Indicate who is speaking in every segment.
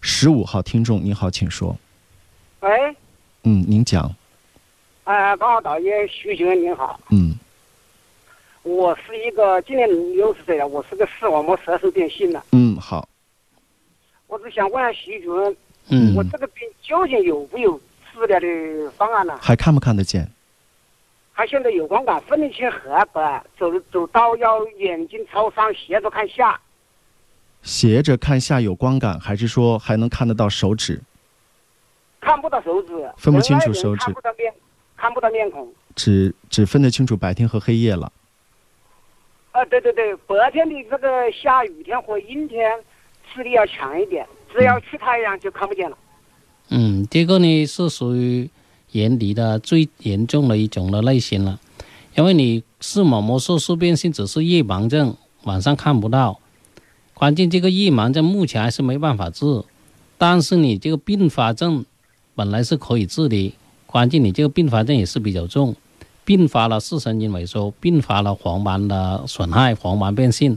Speaker 1: 十五号听众，您好，请说。
Speaker 2: 喂，
Speaker 1: 嗯，您讲。
Speaker 2: 呃，刚好导演徐行您好，
Speaker 1: 嗯
Speaker 2: 我是一个今年六十岁了，我是个视网膜舌苔变性了，
Speaker 1: 嗯，好。
Speaker 2: 我只想问下徐主任，
Speaker 1: 嗯
Speaker 2: 我这个病究竟有没有治疗的方案呢？
Speaker 1: 还看不看得见？
Speaker 2: 他现在有光感分离性核白，走走到要眼睛朝上斜着看下，
Speaker 1: 斜着看下有光感，还是说还能看得到手指？
Speaker 2: 看不到手指，
Speaker 1: 分不清楚
Speaker 2: 人挨人
Speaker 1: 手指
Speaker 2: 看不到面，看不到面孔。
Speaker 1: 只只分得清楚白天和黑夜了。
Speaker 2: 啊，对对对，白天的这个下雨天或阴天，视力要强一点，只
Speaker 1: 嗯
Speaker 2: 要去太阳就看不见了。
Speaker 3: 嗯，这个呢是属于眼底的最严重的一种的类型了，因为你视网膜色素变性只是夜盲症，晚上看不到，关键这个夜盲症目前还是没办法治，但是你这个并发症本来是可以治的，关键你这个并发症也是比较重，并发了视神经萎缩，并发了黄斑的损害，黄斑变性，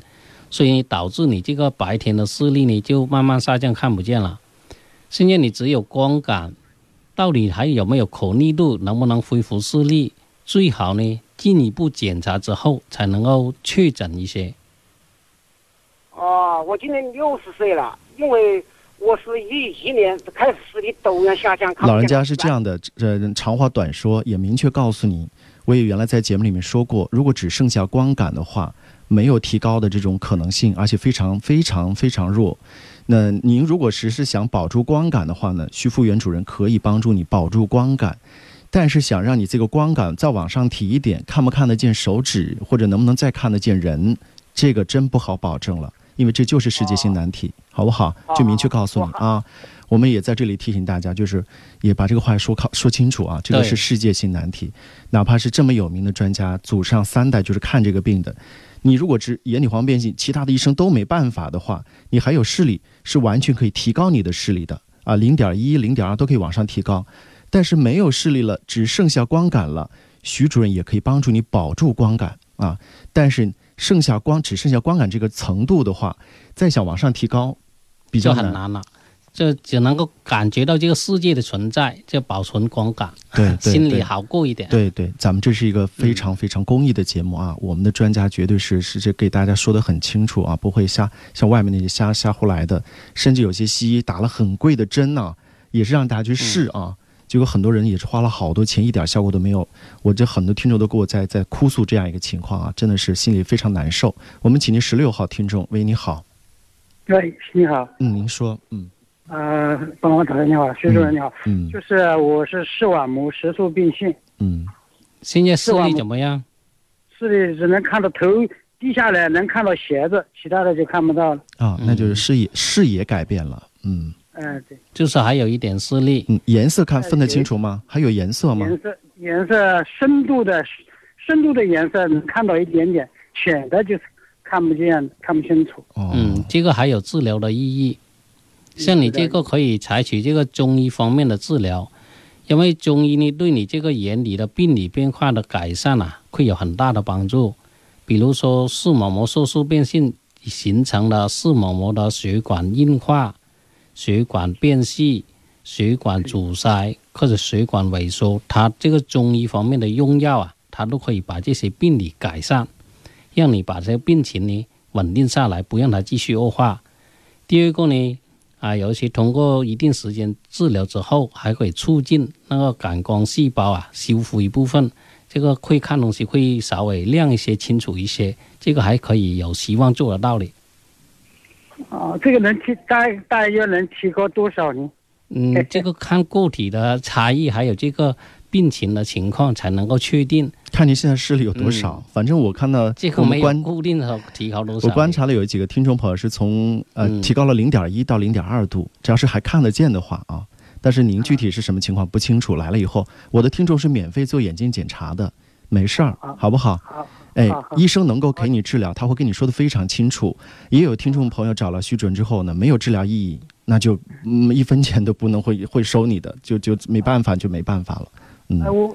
Speaker 3: 所以导致你这个白天的视力呢就慢慢下降，看不见了。现在你只有光感，到底还有没有可逆度，能不能恢复视力？最好呢，进一步检查之后才能够确诊一些。
Speaker 2: 哦，我今年六十岁了，因为我是一一年开始视力陡然下降，看不见
Speaker 1: 老人家是
Speaker 2: 了
Speaker 1: 这，样的，呃，长话短说，也明确告诉你，我也原来在节目里面说过，如果只剩下光感的话，没有提高的这种可能性，而且非常非常非常弱。那您如果实是想保住光感的话呢，徐复原主任可以帮助你保住光感，但是想让你这个光感再往上提一点，看不看得见手指，或者能不能再看得见人，这个真不好保证了，因为这就是世界性难题，好不好？就明确告诉你啊，我们也在这里提醒大家，就是也把这个话说靠说清楚啊，这个
Speaker 3: 对
Speaker 1: 是世界性难题，哪怕是这么有名的专家，祖上三代就是看这个病的。你如果只眼底黄变性，其他的医生都没办法的话，你还有视力是完全可以提高你的视力的啊，零点一、零点二都可以往上提高。但是没有视力了，只剩下光感了，徐主任也可以帮助你保住光感啊。但是剩下光只剩下光感这个程度的话，再想往上提高，比较
Speaker 3: 这很
Speaker 1: 难。
Speaker 3: 难了，啊这只能够感觉到这个世界的存在，就保存光感，
Speaker 1: 对对对
Speaker 3: 心里好过一点。
Speaker 1: 对对，咱们这是一个非常非常公益的节目啊，我们的专家绝对是是这给大家说的很清楚啊，不会瞎像外面那些瞎瞎胡来的，甚至有些西医打了很贵的针呢、啊也是让大家去试啊。结果很多人也是花了好多钱，一点效果都没有。我这很多听众都给我在在哭诉这样一个情况啊，真的是心里非常难受。我们请您十六号听众，喂，你好，
Speaker 4: 喂，哎你好，
Speaker 1: 嗯，您说，嗯
Speaker 4: 呃，帮我打个电话，薛主任你好，
Speaker 1: 嗯
Speaker 4: 就是我是视网膜色素变性，
Speaker 1: 嗯，
Speaker 3: 现在视
Speaker 4: 是吧
Speaker 3: 力怎么样？
Speaker 4: 视力只能看到头低下来能看到鞋子，其他的就看不到了。
Speaker 1: 啊，那就是视野视野改变了，嗯
Speaker 4: 嗯、对，
Speaker 3: 就是还有一点视力。
Speaker 1: 嗯，颜色看分得
Speaker 4: 哎有
Speaker 1: 清楚吗？还有颜色吗？
Speaker 4: 颜色颜色深度的深度的颜色能看到一点点，浅的就是看不见看不清楚。
Speaker 1: 哦，
Speaker 3: 嗯，这个还有治疗的意义。像你这个可以采取这个中医方面的治疗，因为中医呢对你这个眼底的病理变化的改善啊，会有很大的帮助。比如说视网膜色素变性形成了视网膜的血管硬化、血管变细、血管阻塞或者血管萎缩，它这个中医方面的用药啊，它都可以把这些病理改善，让你把这个病情呢稳定下来，不让它继续恶化。第二个呢，啊，尤其通过一定时间治疗之后，还可以促进那个感光细胞啊修复一部分，这个会看东西会稍微亮一些、清楚一些，这个还可以有希望做得到的。
Speaker 4: 啊、这个能提大大约能提高多少呢？
Speaker 3: 嗯，这个看个体的差异，还有这个病情的情况才能够确定。
Speaker 1: 看您现在视力有多少。反正我看到
Speaker 3: 嗯这个
Speaker 1: 我
Speaker 3: 没
Speaker 1: 们
Speaker 3: 有
Speaker 1: 观
Speaker 3: 固定的提高多少。
Speaker 1: 我观察了有几个听众朋友是从呃、
Speaker 3: 嗯
Speaker 1: 提高了零点一到零点二度，只要是还看得见的话啊。但是您具体是什么情况不清楚，来了以后，我的听众是免费做眼睛检查的，没事儿，好不好？
Speaker 4: 啊好，
Speaker 1: 哎
Speaker 4: 好，好
Speaker 1: 医生能够给你治疗，他会跟你说的非常清楚。也有听众朋友找了徐主任之后呢，没有治疗意义，那就嗯一分钱都不能会会收你的，就就没办法，就没办法了。
Speaker 4: 呃，
Speaker 1: 嗯，
Speaker 4: 我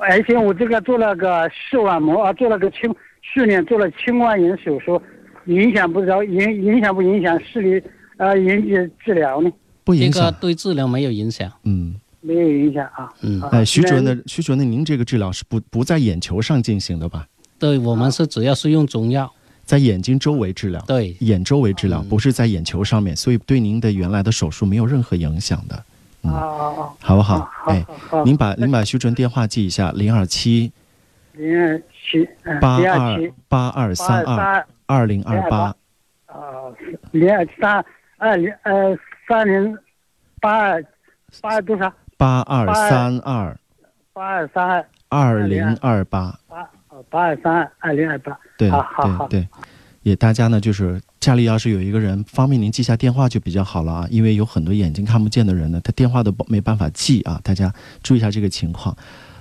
Speaker 4: 而且我这个做了个视网膜啊，做了个青，去年做了青光眼手术，影响不着影影响不影响视力呃引起治疗呢？
Speaker 1: 不
Speaker 3: 这
Speaker 1: 影
Speaker 3: 个
Speaker 1: 响。
Speaker 3: 对治疗没有影响。
Speaker 1: 嗯，
Speaker 4: 没有影响啊。
Speaker 3: 嗯
Speaker 4: 啊
Speaker 1: 哎，徐主任
Speaker 4: 那
Speaker 1: 的徐主任的，您这个治疗是不不在眼球上进行的吧？
Speaker 3: 对我们是主要是用中药，
Speaker 1: 在眼睛周围治疗，
Speaker 3: 对
Speaker 1: 眼周围治疗，
Speaker 3: 嗯
Speaker 1: 不是在眼球上面，所以对您的原来的手术没有任何影响的，嗯
Speaker 4: 啊啊
Speaker 1: 好不
Speaker 4: 啊！
Speaker 1: 好？
Speaker 4: 好
Speaker 1: 哎，
Speaker 4: 好好，
Speaker 1: 您把您把徐主任电话记一下：零二七
Speaker 4: 零二七嗯
Speaker 1: 八
Speaker 4: 零
Speaker 1: 二
Speaker 4: 二七
Speaker 1: 八二
Speaker 4: 八
Speaker 1: 三二
Speaker 4: 三
Speaker 1: 二零二八
Speaker 4: 228啊零二三二零呃三零八二八二多少
Speaker 1: 八二三二
Speaker 4: 八二三二
Speaker 1: 二零二八。
Speaker 4: 八呃八二三二二零二八
Speaker 1: 对
Speaker 4: 好好好
Speaker 1: 对对，也大家呢就是家里要是有一个人方便您记下电话就比较好了啊，因为有很多眼睛看不见的人呢，他电话都不没办法记啊，大家注意一下这个情况。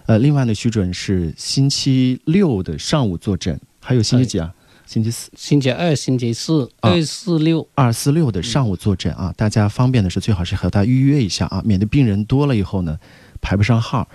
Speaker 1: 呃，另外呢，徐主任是星期六的上午坐诊，还有星期几啊？星期四。
Speaker 3: 星期二、星期四、
Speaker 1: 啊
Speaker 3: 二四六，
Speaker 1: 二四六的上午坐诊啊，大家方便的是最好是和他预约一下啊，免得病人多了以后呢排不上号。